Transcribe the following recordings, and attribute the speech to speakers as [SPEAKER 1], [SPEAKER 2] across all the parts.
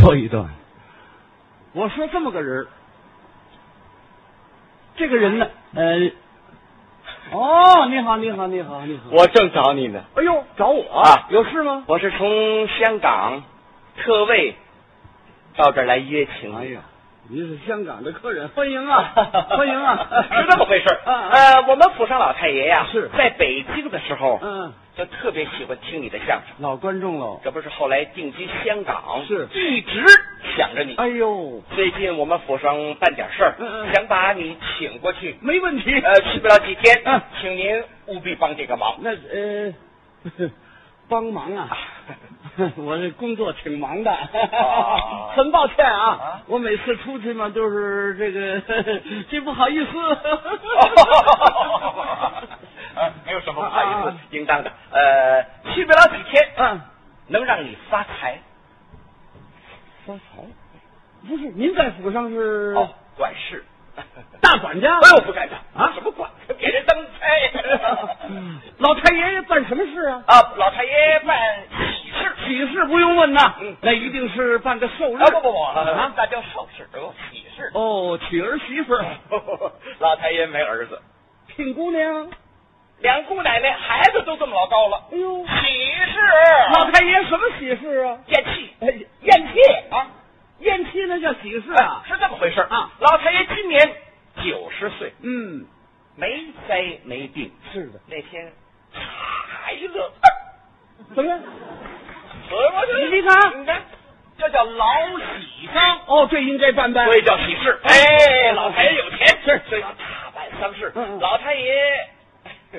[SPEAKER 1] 说一段。
[SPEAKER 2] 我说这么个人儿，这个人呢，呃，哦，你好，你好，你好，你好，
[SPEAKER 3] 我正找你呢，
[SPEAKER 2] 哎呦，找我
[SPEAKER 3] 啊
[SPEAKER 2] 有事吗？
[SPEAKER 3] 我是从香港特为到这儿来约请
[SPEAKER 2] 哎
[SPEAKER 3] 你。
[SPEAKER 2] 呀，您是香港的客人，欢迎啊，欢迎啊，
[SPEAKER 3] 是这么回事儿。
[SPEAKER 2] 啊啊
[SPEAKER 3] 呃，我们府上老太爷呀，
[SPEAKER 2] 是
[SPEAKER 3] 在北京的时候，
[SPEAKER 2] 嗯，
[SPEAKER 3] 就特别喜欢听你的相声。
[SPEAKER 2] 老观众喽，
[SPEAKER 3] 这不是后来定居香港，
[SPEAKER 2] 是
[SPEAKER 3] 一直想着你。
[SPEAKER 2] 哎呦，
[SPEAKER 3] 最近我们府上办点事儿，
[SPEAKER 2] 嗯嗯
[SPEAKER 3] 想把你请过去，
[SPEAKER 2] 没问题。
[SPEAKER 3] 呃，去不了几天，
[SPEAKER 2] 嗯
[SPEAKER 3] 请您务必帮这个忙。
[SPEAKER 2] 那呃， 帮忙 啊， 我这工作挺忙的，
[SPEAKER 3] 哦
[SPEAKER 2] 很抱歉啊，
[SPEAKER 3] 啊
[SPEAKER 2] 我每次出去嘛都是这个， 这不好意思。
[SPEAKER 3] 呃，没有什么不好意思，应当的。呃，去不了几天，啊
[SPEAKER 2] 嗯，
[SPEAKER 3] 能让你发财。
[SPEAKER 2] 发财？不是，您在府上是
[SPEAKER 3] 哦，管事。
[SPEAKER 2] 嗯大管家？
[SPEAKER 3] 哎呦，不敢当
[SPEAKER 2] 啊嗯
[SPEAKER 3] 什么管？给人当差。
[SPEAKER 2] 老太爷爷办什么事啊？
[SPEAKER 3] 啊，老太爷办喜事。
[SPEAKER 2] 喜事不用问呐，
[SPEAKER 3] 嗯
[SPEAKER 2] 那一定是办个寿日。
[SPEAKER 3] 啊不不不，
[SPEAKER 2] 啊
[SPEAKER 3] 那叫寿事，有喜事。
[SPEAKER 2] 哦，娶儿媳妇儿，
[SPEAKER 3] 老太爷没儿子，
[SPEAKER 2] 聘姑娘。
[SPEAKER 3] 两姑奶奶孩子都这么老高了，
[SPEAKER 2] 哎呦，
[SPEAKER 3] 喜事。
[SPEAKER 2] 老太爷什么喜事啊？
[SPEAKER 3] 咽气，
[SPEAKER 2] 哎
[SPEAKER 3] 咽气啊，
[SPEAKER 2] 宴期那叫喜事啊。
[SPEAKER 3] 哎是这么回事儿
[SPEAKER 2] 啊
[SPEAKER 3] 老太爷今年九十岁，
[SPEAKER 2] 嗯，
[SPEAKER 3] 没灾没病，
[SPEAKER 2] 是的。
[SPEAKER 3] 那天孩子，呃
[SPEAKER 2] 怎么样？
[SPEAKER 3] 我我这
[SPEAKER 2] 你看
[SPEAKER 3] 你看，这叫老喜丧。
[SPEAKER 2] 哦，这应该办办。
[SPEAKER 3] 所以叫喜事。哎，老太爷有钱，
[SPEAKER 2] 是
[SPEAKER 3] 这要大办丧事
[SPEAKER 2] 嗯嗯。
[SPEAKER 3] 老太爷，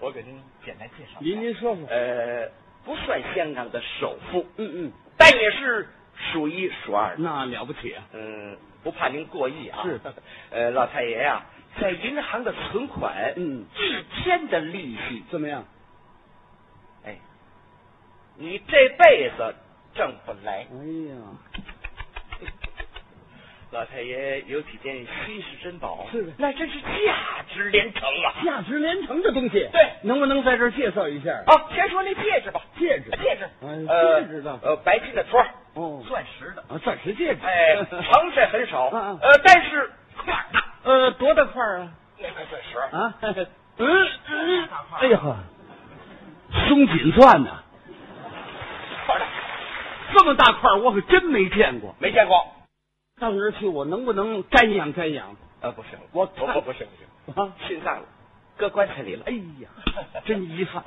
[SPEAKER 3] 我给您简单介绍一下，
[SPEAKER 2] 您您说说。
[SPEAKER 3] 呃，不算香港的首富，
[SPEAKER 2] 嗯嗯，
[SPEAKER 3] 但也是数一数二的。
[SPEAKER 2] 那了不起啊。
[SPEAKER 3] 嗯，不怕您过意啊。
[SPEAKER 2] 是，
[SPEAKER 3] 呃，老太爷呀、在银行的存款，
[SPEAKER 2] 嗯
[SPEAKER 3] 一天的利息，
[SPEAKER 2] 怎么样？
[SPEAKER 3] 哎，你这辈子挣不来。
[SPEAKER 2] 哎呀，
[SPEAKER 3] 老太爷有几件稀世珍宝，
[SPEAKER 2] 是的
[SPEAKER 3] 那真是价值连城啊！
[SPEAKER 2] 价值连城的东西，
[SPEAKER 3] 对
[SPEAKER 2] 能不能在这儿介绍一下？
[SPEAKER 3] 啊，先说那戒指吧，
[SPEAKER 2] 戒指
[SPEAKER 3] 戒指，
[SPEAKER 2] 哎戒指呢
[SPEAKER 3] 呃，白金的托儿，
[SPEAKER 2] 哦，
[SPEAKER 3] 钻石的，
[SPEAKER 2] 啊，钻石戒指。
[SPEAKER 3] 哎，成色很少，
[SPEAKER 2] 嗯嗯
[SPEAKER 3] 呃，但是块儿大，
[SPEAKER 2] 呃，多大块儿啊？
[SPEAKER 3] 那块钻石，
[SPEAKER 2] 啊，嗯 嗯，哎呀，松紧钻呐、
[SPEAKER 3] 块儿大，
[SPEAKER 2] 这么大块儿我可真没见过。
[SPEAKER 3] 没见过，
[SPEAKER 2] 到那儿去，我能不能瞻仰瞻仰
[SPEAKER 3] 呃，不行，
[SPEAKER 2] 我
[SPEAKER 3] 不不不行 不行，
[SPEAKER 2] 啊？
[SPEAKER 3] 心脏搁棺材里了
[SPEAKER 2] 哎，呀， 真遗憾。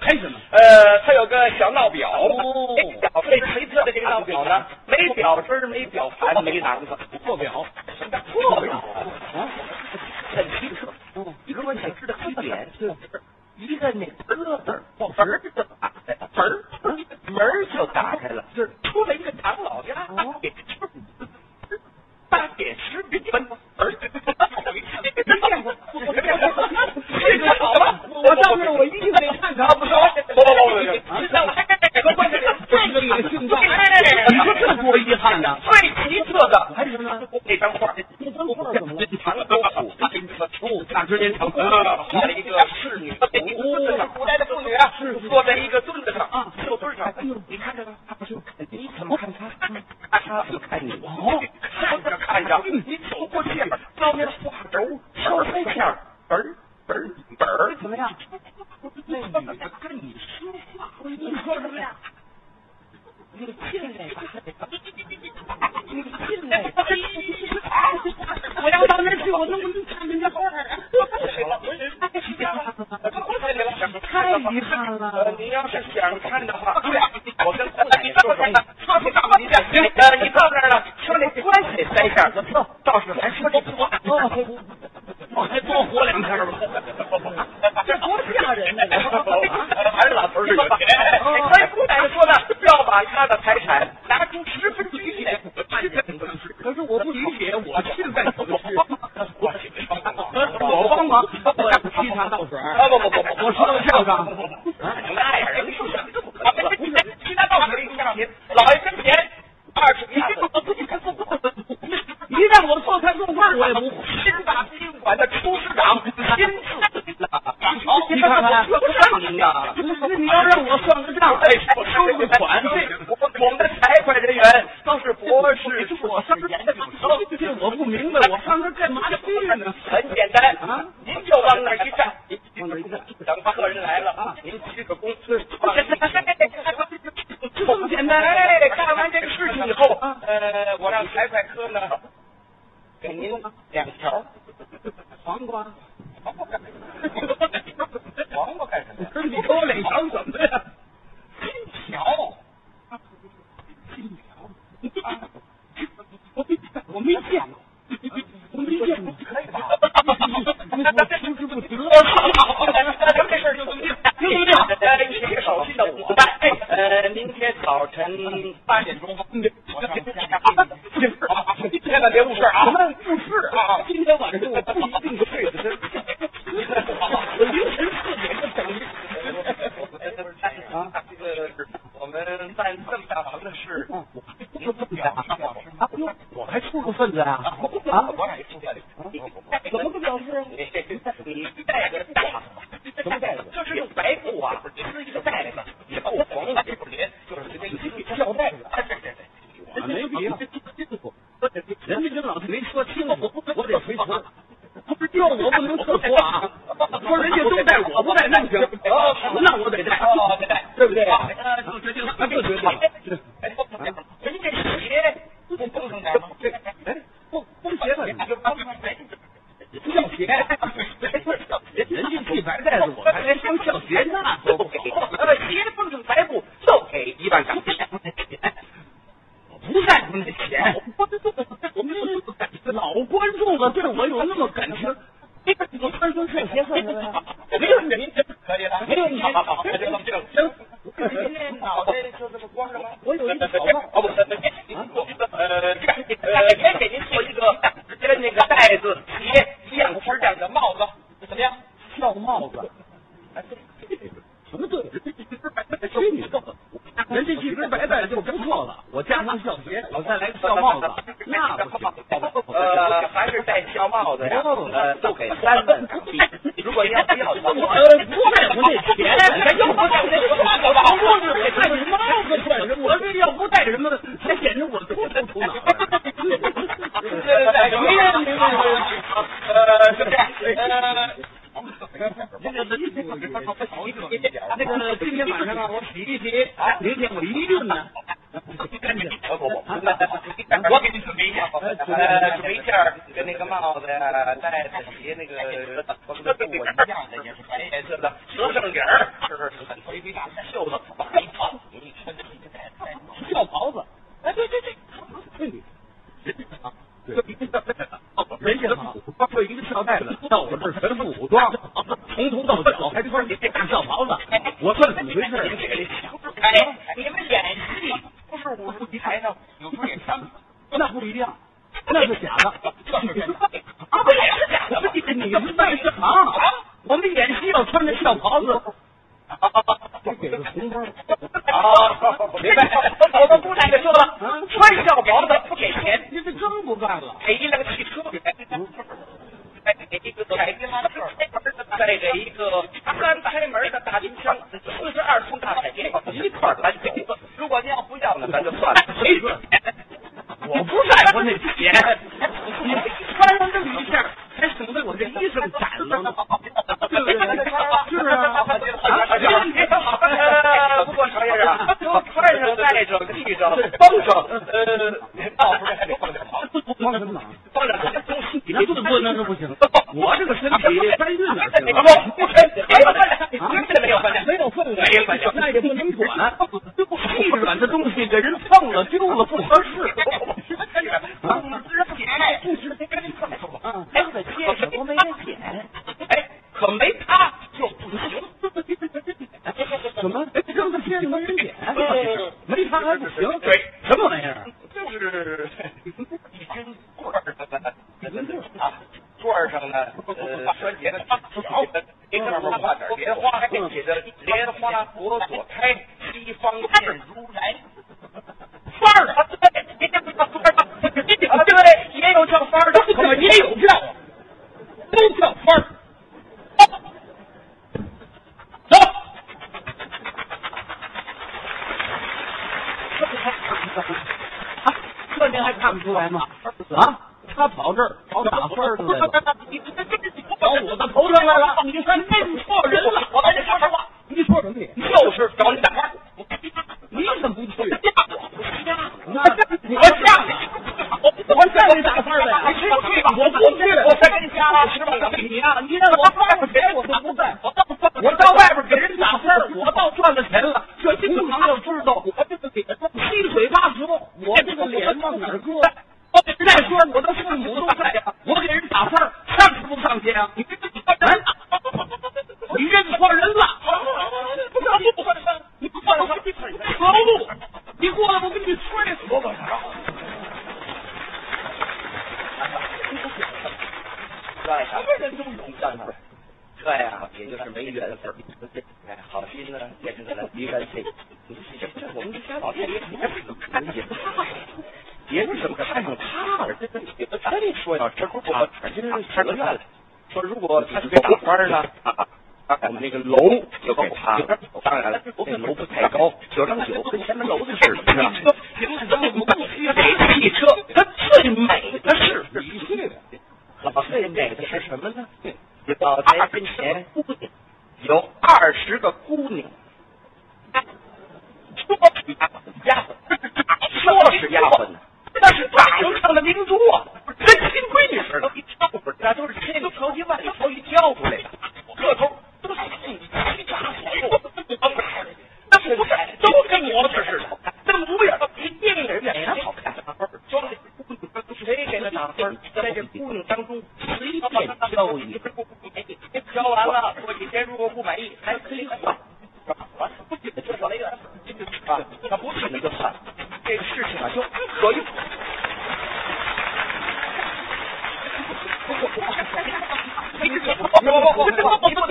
[SPEAKER 2] 还什么？
[SPEAKER 3] 呃，他有个小闹表，
[SPEAKER 2] 哦
[SPEAKER 3] 这表这谁测的这个闹表呢？没表针儿，没表盘，没囊子，
[SPEAKER 2] 破表
[SPEAKER 3] 什么叫破表
[SPEAKER 2] 啊
[SPEAKER 3] 啊？很奇特。你说我想知道区别，一个那疙瘩儿门儿就打开了，门儿门儿就打开了，
[SPEAKER 2] 是
[SPEAKER 3] 出来一个唐老鸭，
[SPEAKER 2] 哦
[SPEAKER 3] 给吃大铁石给门门儿，我一看没见过，我没见过，这个好吧，
[SPEAKER 2] 我到那儿我一定得看看
[SPEAKER 3] 啊，不行，不不不不不，让我
[SPEAKER 2] 我关键是这个也姓赵你说这多遗憾呐
[SPEAKER 3] 最奇特的
[SPEAKER 2] 还有呢
[SPEAKER 3] 那张画，
[SPEAKER 2] 那张画怎么了
[SPEAKER 3] 珍藏多古，
[SPEAKER 2] 哦大直连城
[SPEAKER 3] 画了一个仕女图，这是古代的妇女啊，
[SPEAKER 2] 是是
[SPEAKER 3] 坐在一个墩子上
[SPEAKER 2] 啊
[SPEAKER 3] 绣墩上
[SPEAKER 2] 哎呦，
[SPEAKER 3] 你看着吧，你怎么看他？他怎么看你？看着看
[SPEAKER 2] 哎
[SPEAKER 3] 着，你走过去，到那画轴挑三下，本儿本儿本儿，
[SPEAKER 2] 怎么样？
[SPEAKER 3] 那女的跟你说话，你说什么呀？你进来吧，你进来吧。
[SPEAKER 2] 我要到那儿去，我能不能看看这画儿啊？
[SPEAKER 3] 行了，
[SPEAKER 2] 太遗憾了
[SPEAKER 3] 呃您要是想看的话，对呀，我跟姑奶奶说说，说说干嘛去？行，呃，你到那儿了，说那关系三下，倒是还说这话，
[SPEAKER 2] 我还多活两天吧。这多吓人呢！
[SPEAKER 3] 还是老头儿是有钱。关于姑奶奶说的，要把她的财产拿出十分之一来办这个事。
[SPEAKER 2] 可是我不理解，我现在怎么去？
[SPEAKER 3] 我请你帮忙
[SPEAKER 2] 我帮忙，我要沏茶倒水。
[SPEAKER 3] 啊不不不不，
[SPEAKER 2] 我说到相声
[SPEAKER 3] 不不不不，那样人不行，不是其他道理一样，老爷跟前二十年，
[SPEAKER 2] 一让我做菜做饭，我也不会。
[SPEAKER 3] 新大宾馆的厨师长亲自掌勺，
[SPEAKER 2] 你看看，
[SPEAKER 3] 这不让您的。
[SPEAKER 2] 你要让我算个账，
[SPEAKER 3] 哎，我收款，这我们的财会人员他是博士
[SPEAKER 2] 我
[SPEAKER 3] 硕
[SPEAKER 2] 上
[SPEAKER 3] 士
[SPEAKER 2] 这
[SPEAKER 3] 研究生，
[SPEAKER 2] 这我不明白，我上这干嘛去呢？
[SPEAKER 3] 很简单
[SPEAKER 2] 啊
[SPEAKER 3] 您就往那儿一站，您
[SPEAKER 2] 往那儿一站
[SPEAKER 3] 等客人来了
[SPEAKER 2] 啊，
[SPEAKER 3] 您鞠个躬。
[SPEAKER 2] 是
[SPEAKER 3] 这么简单。哎，干完这个事情以后，
[SPEAKER 2] 啊
[SPEAKER 3] 呃，我让财会科呢给您两条。
[SPEAKER 2] 黄瓜，
[SPEAKER 3] 黄瓜干什么呀？
[SPEAKER 2] 你给我脸上怎么呀？
[SPEAKER 3] 金条。
[SPEAKER 2] 我没见过，我没见过，
[SPEAKER 3] 可以吧
[SPEAKER 2] 我求之不得。
[SPEAKER 3] 那咱们这事儿就这么
[SPEAKER 2] 就
[SPEAKER 3] 定，
[SPEAKER 2] 这么定
[SPEAKER 3] 呃，一起手续的我办。呃，明天早晨八点钟，我上家给你。好，千万别误事啊！
[SPEAKER 2] 什么不是
[SPEAKER 3] 啊
[SPEAKER 2] 今天晚上我不一定睡得着。我凌晨四点就等着。
[SPEAKER 3] 啊，这个我们办这么大忙的事，
[SPEAKER 2] 啊
[SPEAKER 3] 您不表示表示吗？
[SPEAKER 2] 啊哟，我还出个份子啊！
[SPEAKER 3] 呃
[SPEAKER 2] 啊，
[SPEAKER 3] 我哪一出现？
[SPEAKER 2] 怎么不表示啊？
[SPEAKER 3] 你带个袋子，
[SPEAKER 2] 什么袋子
[SPEAKER 3] 就是用白布啊，织一个袋子，然后黄白布帘，就是这个
[SPEAKER 2] 吊 带子
[SPEAKER 3] 哎对对对，
[SPEAKER 2] 我没必要。人家跟老太没说清楚，我得回头。不是要 我不能特说啊！ 说人家都带我不带那行，那我得带，
[SPEAKER 3] 哦对带
[SPEAKER 2] 对不对啊？
[SPEAKER 3] 那就决定了，
[SPEAKER 2] 那就决定了。
[SPEAKER 3] 哎，人家这鞋不蹦上哎点吗？
[SPEAKER 2] 哎，不不鞋了，
[SPEAKER 3] 就蹦上哎点。
[SPEAKER 2] 不要鞋，啊人家系白带子，我
[SPEAKER 3] 哎
[SPEAKER 2] 还连双跳鞋那都不
[SPEAKER 3] 给
[SPEAKER 2] 给，，
[SPEAKER 3] 那哎鞋蹦上白布就给一万两千。哎
[SPEAKER 2] 我不在乎那钱。我们这老观众了，对我有那么感情，我穿双跳鞋算什么呀？
[SPEAKER 3] 没有您可以了，没有您，行行行，您这脑袋就这么光着吗？
[SPEAKER 2] 我有一个好办法。
[SPEAKER 3] 哦不，呃，这样，呃，先给您做一个跟那个袋子、鞋一样花样的帽子，怎么样？
[SPEAKER 2] 跳帽子，什么对？去你的！人家一根白带就不错了，我加上校鞋，我再来个校帽子，那不行。
[SPEAKER 3] 呃，还是戴小帽子呀，呃，就给三万港币。如果要不要的话，
[SPEAKER 2] 呃，不在乎那钱，
[SPEAKER 3] 哎又不在乎那钱干嘛
[SPEAKER 2] 不是给戴帽子穿什么？我这要不戴什么，这简直我都不出脑袋。
[SPEAKER 3] 没人明白呃，是这样，呃。
[SPEAKER 2] 那个衣服也调整一点儿那个今天晚上啊，我洗一洗，明天我一定呢，干净。
[SPEAKER 3] 不不不，我给你准备一件，呃，准备一件跟那个帽子呀、带子、鞋那个缝的布一样的，也是白颜色的，折上领儿，就是很垂飞大袖子往上一套，你一穿就一戴戴帽。
[SPEAKER 2] 跳袍子，
[SPEAKER 3] 哎，对对对，
[SPEAKER 2] 对哦你。人家好，就一个跳带子，到我这儿全副武装，从头到脚还穿一大跳袍子，我算怎么回事儿？
[SPEAKER 3] 哎，你们演戏不是五十级台呢，有时候也穿。
[SPEAKER 2] 那不一样，那是假的，
[SPEAKER 3] 啊，不也是假的吗？
[SPEAKER 2] 你们外是行，我们演戏要穿着跳袍子，就给个红包。
[SPEAKER 3] 哦，明白。 嗯我们姑奶奶说了，
[SPEAKER 2] 嗯
[SPEAKER 3] 穿校袍的不给钱，
[SPEAKER 2] 这这更不干了。
[SPEAKER 3] 给一辆汽车，再给一个改变拉车，再给一个三开门的大冰箱，四十二寸大彩电，一块儿咱走。如果您要不要呢，咱就算了。
[SPEAKER 2] 谁说我不在乎那钱，你穿上这么一件，还省得我这衣裳展了呢，对不对？是不是啊？
[SPEAKER 3] 呃，不过常先生，都穿上、戴上、系上、绷上，呃，倒不是还得绷着好，
[SPEAKER 2] 光什么忙？
[SPEAKER 3] 绷着好，都是
[SPEAKER 2] 那不不那是不行，我这个身体搬运哪
[SPEAKER 3] 你
[SPEAKER 2] 行
[SPEAKER 3] 不
[SPEAKER 2] 啊？
[SPEAKER 3] 不分，没有分量，真的没有分量，
[SPEAKER 2] 没有分量，
[SPEAKER 3] 没有分量，
[SPEAKER 2] 那也不能管。细软的东西给人蹭了丢了不合适。
[SPEAKER 3] 啊，哎，我接什么没人捡？哎，可没他就不行。
[SPEAKER 2] 怎么扔到街上没人捡？没他还不行？什么玩意儿？啊
[SPEAKER 3] 就是一根棍儿的，啊，棍儿上呢， 呃，拴结的条，您上面画点莲花，还
[SPEAKER 2] 嗯
[SPEAKER 3] 写着“莲花朵朵开，西方见如 来”。范儿啊，对，也有叫范儿的，啊，对，也有叫范儿的，
[SPEAKER 2] 怎么也有票啊？都票花儿。
[SPEAKER 3] 走。
[SPEAKER 2] 分啊您还看不出来吗？啊，他跑这儿跑打分儿来了，
[SPEAKER 3] 你这这这
[SPEAKER 2] 找我的头上来了，
[SPEAKER 3] 你算认错人了。我跟你说实话，
[SPEAKER 2] 你说什么你？
[SPEAKER 3] 就是找你打分儿。
[SPEAKER 2] 你怎么不去？
[SPEAKER 3] 我
[SPEAKER 2] 那你
[SPEAKER 3] 我吓你，我
[SPEAKER 2] 我叫你打分儿来，
[SPEAKER 3] 你去不去吧？
[SPEAKER 2] 我不去，
[SPEAKER 3] 我才跟你瞎拉十吧。
[SPEAKER 2] 你呀、你让我花了钱我都不干。
[SPEAKER 3] 我到
[SPEAKER 2] 我到外边给人打分儿，我倒赚了钱了，这银行就知道我这个脸七嘴八舌，我这个脸往哪儿搁？再说我的父母都在呀，我给人打分儿上是不上心啊？你这啊你认错人了，
[SPEAKER 3] 不上路，不上路，你不上路，你
[SPEAKER 2] 可恶！你过来我给你摔死！
[SPEAKER 3] 我上这
[SPEAKER 2] 什
[SPEAKER 3] 呀，
[SPEAKER 2] 么人都有，
[SPEAKER 3] 这样，这呀，也就是没缘分。哎，好心呢，变成了离干脆。你这这，我们这家老天爷，你怎么看 见？别人怎么看上他了？咱这说呀，这不我这是十个了。说如果他是给打官 呢，我们那个楼就给他了。当然了，那楼不太高，九张九跟前门楼子似的，是吧？这汽车它最美的是
[SPEAKER 2] 你去的。
[SPEAKER 3] 最美的是什么呢？老宅跟前有二十个姑娘，
[SPEAKER 1] 说
[SPEAKER 3] 丫鬟，说是丫鬟呢，那是大街上的明珠啊，跟亲闺女似的，一跳出来，那都是千里迢迢万里迢迢挑出来的，个头都是一米八左右，那不是都跟模特似的，那模样一定人脸上好看，装的谁给他打分？在这姑娘当中随便挑一个，挑完了过几天如果不满意还可以换。这少了一个，啊，那不是那就算了，这个事情啊就所以。你不能去啊！你不能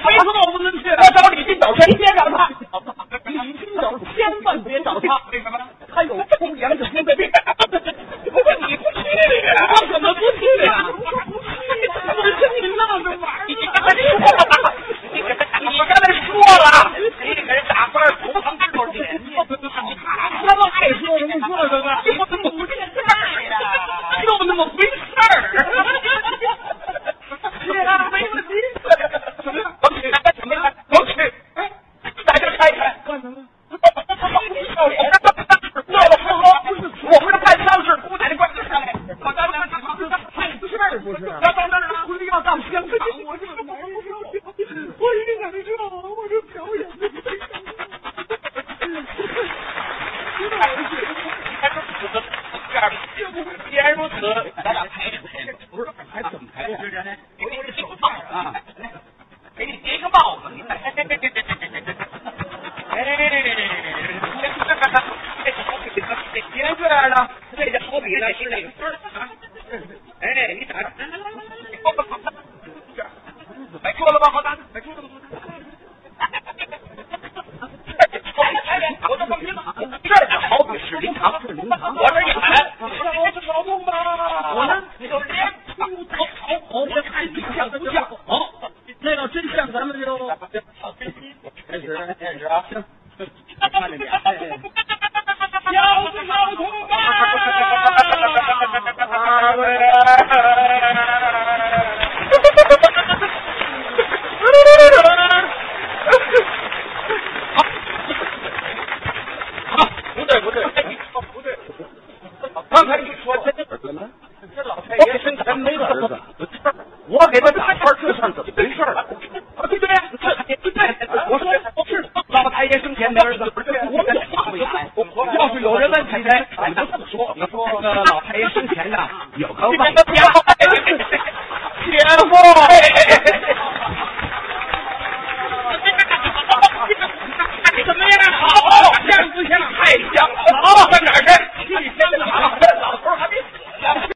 [SPEAKER 2] 谁说我不能去？
[SPEAKER 3] 我找李金斗去，别找他。
[SPEAKER 2] 李金斗千万别找他，
[SPEAKER 3] 为什么？
[SPEAKER 2] 他有出洋的出的病。
[SPEAKER 3] 不是你不去呀？
[SPEAKER 2] 我怎么不去呀？我跟你闹着玩
[SPEAKER 3] 你
[SPEAKER 2] 儿
[SPEAKER 3] 刚才说了，你你刚才说了，你给人打分儿，不能知道脸面。
[SPEAKER 2] 他们爱说什么说什么，
[SPEAKER 1] 不这个事儿呀，
[SPEAKER 2] 就那么回事
[SPEAKER 1] 是啊，没问题。
[SPEAKER 3] 什么？甭去，什么？ 甭去！哎，大家看一看，
[SPEAKER 2] 干什么？
[SPEAKER 3] 笑脸，乐乐呵呵。我们这办丧事，姑奶奶关着上来，我咱俩怎么
[SPEAKER 2] 碍事儿不是？
[SPEAKER 3] 要到那儿了？
[SPEAKER 2] 不是要到香港，我这难受，我这难受，我这表演的
[SPEAKER 3] 既然如此，咱俩排除
[SPEAKER 2] 不是，还怎么排呀？
[SPEAKER 3] 给你个手套
[SPEAKER 2] 啊，
[SPEAKER 3] 给你叠一个帽子。哎，既然这样呢，这就好比呢是那个分儿啊。哎，你打着，买桌了吗？好打，买桌了吗？我都放心了，这就好比是灵堂，
[SPEAKER 2] 是灵堂
[SPEAKER 3] 我这一喊，我是老公吧？
[SPEAKER 2] 我呢
[SPEAKER 3] 你就是连出头头，
[SPEAKER 2] 我看你像不像？好，那要真像咱们就开始
[SPEAKER 3] 开始啊！
[SPEAKER 2] 行，看着点。哎
[SPEAKER 1] 要是老同伴，
[SPEAKER 3] 不对不对不对，刚才你说这
[SPEAKER 2] 怎么了？
[SPEAKER 3] 这老太爷身材没本事，我给他打圈，这算怎么回事儿啊？对不对？对我说是老太爷生前没儿子，我们话不来。要是有人问太太，你就这么说，你说那个老太爷生前呐有个外
[SPEAKER 2] 天父。